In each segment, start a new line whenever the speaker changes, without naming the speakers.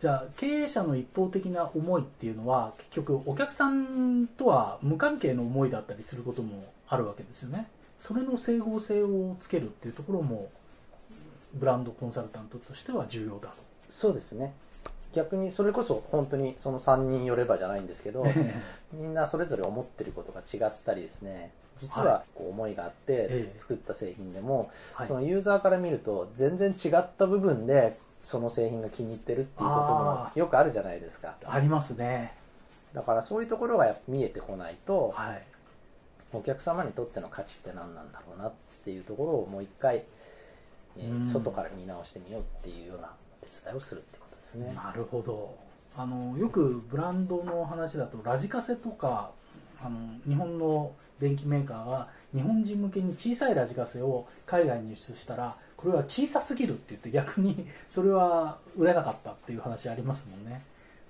じゃあ経営者の一方的な思いっていうのは結局お客さんとは無関係の思いだったりすることもあるわけですよねそれの整合性をつけるっていうところもブランドコンサルタントとしては重要だと
そうですね逆にそれこそ本当にその3人よればじゃないんです け どみんなそれぞれ思ってることが違ったりですね実はこう思いがあっ
ええ
て作った製品でも、
はい
そのユーザーから見ると全然違った部分でその製品が気に入ってるっていうことも
あ
よくあるじゃないですか
ありますね
だからそういうところがやっぱ見えてこないと
はい
お客様にとっての価値って何なんだろうなっていうところをもう一回、えー
うん
外から見直してみようっていうような手伝いをするってことですね。
なるほどあのよくブランドの話だとラジカセとかあの日本の電機メーカーは日本人向けに小さいラジカセを海外に輸出したらこれは小さすぎるって言って逆に それは売れなかったっていう話ありますもんね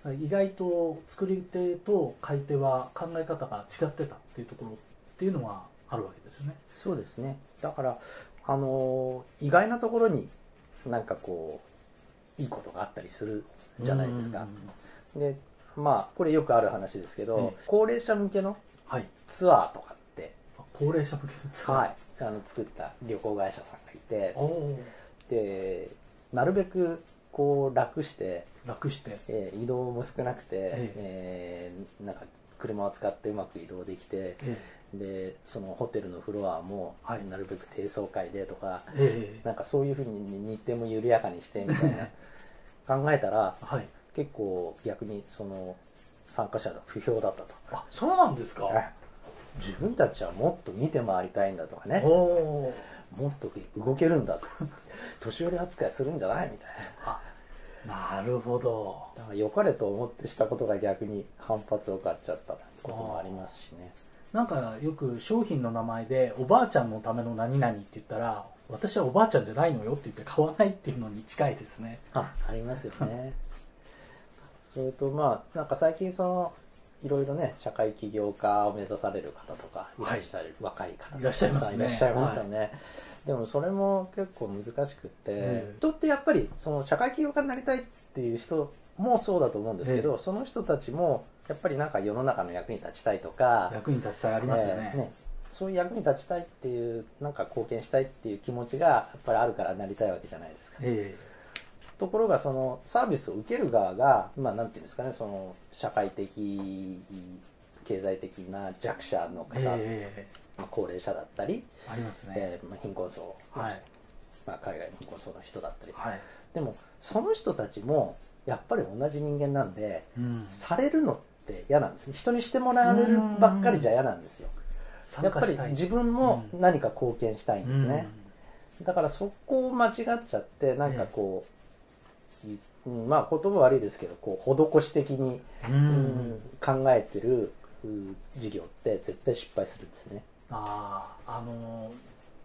だから意外と作り手と買い手は考え方が違ってたっていうところっていうのはあるわけですよね
そうですねだから、あのー意外なところになんかこういいことがあったりするじゃないです
う
か
ん。
でまあこれよくある話ですけど、
え
高齢者向けの
はい
ツアーとかって、
高齢者向けの使
はい、あの作った旅行会社さんがいて
おお
でなるべくこう楽して
楽して
えー移動も少なくて、
え
えーなんか車を使ってうまく移動できて
え
でそのホテルのフロアも
はい
なるべく低層階でとか、
えええ
なんかそういうふうに日程も緩やかにしてみたい な考えたら
はい
結構逆にその参加者が不評だったと
あそうなんですか、
はい自分たちはもっと見て回りたいんだとかね
おおー
もっと動けるんだと 年寄り扱いするんじゃないみたいな
あなるほど
だから良かれと思ってしたことが逆に反発を買っちゃったってこともありますしね
なんかよく商品の名前でおばあちゃんのための何々って言ったら私はおばあちゃんじゃないのよって言って買わないっていうのに近いですね
あありますよねそれとまあなんか最近そのいろいろね社会起業家を目指される方とかい
は
ら
い
っしゃる、若い方
いらっしゃいますね
たくさんいらっしゃいますよね、でもそれも結構難しくって、
ええ
人ってやっぱりその社会起業家になりたいっていう人もそうだと思うんですけど、その人たちもやっぱりなんか世の中の役に立ちたいとか
役に立ちたいありますよ
えー
ね,、
そういう役に立ちたいっていうなんか貢献したいっていう気持ちがやっぱりあるからなりたいわけじゃないですか、
え
ところがそのサービスを受ける側がまあなんていうんですかねその社会的経済的な弱者の
え
方、
え
まあ、高齢者だったり、
えありますね、
えーまあ、貧困層、
はい
まあ、海外の貧困層の人だったりする、
はい、
でもその人たちもやっぱり同じ人間なんで
うん、
されるのって嫌なんですね人にしてもらわれるばっかりじゃ嫌なんですよ
参
やっぱ
加
り
したい
自分も何か貢献したいんですね、だからそこを間違っちゃってなんかこう、いうんまあ言葉悪いですけどこう施し的に、
うん、うん
うん考えてるうん事業って絶対失敗するんですね
あああの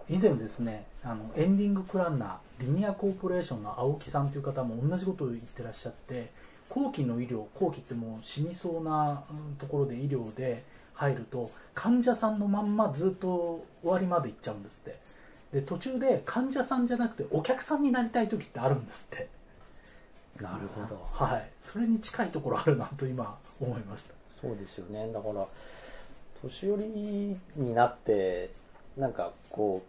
以前ですねあのエンディングプランナーリニアコーポレーションの青木さんという方も同じことを言ってらっしゃって後期の医療後期ってもう死にそうなうんところで医療で入ると患者さんのまんまずっと終わりまで行っちゃうんですってで途中で患者さんじゃなくてお客さんになりたい時ってあるんですって
なるほど
はいそれに近いところあるなと今思いました
そうですよねだから年寄りになってなんかこ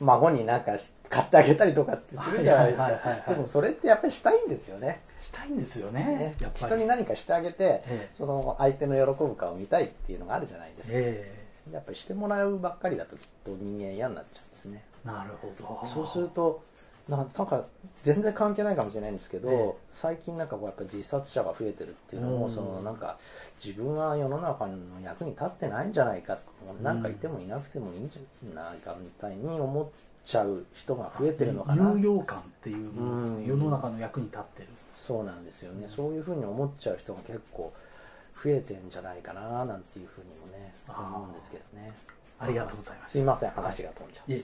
う孫になんか買ってあげたりとかってするじゃないです
はいはいはいは
か
い
でもそれってやっぱりしたいんですよね
したいんですよね
ね
やっぱり
人に何かしてあげて
ええ
その相手の喜ぶ顔を見たいっていうのがあるじゃないですか
え
やっぱりしてもらうばっかりだときっと人間嫌になっちゃうんですね
えなるほど
そうするとななんか全然関係ないかもしれないんですけど、
ええ
最近なんかこうやっぱり自殺者が増えてるっていうのも、
うん
そのなんか自分は世の中の役に立ってないんじゃないか、なんかいてもいなくてもいいんじゃないかみたいに思っちゃう人が増えてるのかな
有用感っていうものですね
うん
世の中の役に立ってる
そうなんですよね、そういうふうに思っちゃう人が結構増えてんじゃないかななんていうふうにもね
あー
思うんですけどね
ありがとうございま
いす
す
いません話が飛んじゃった
いえ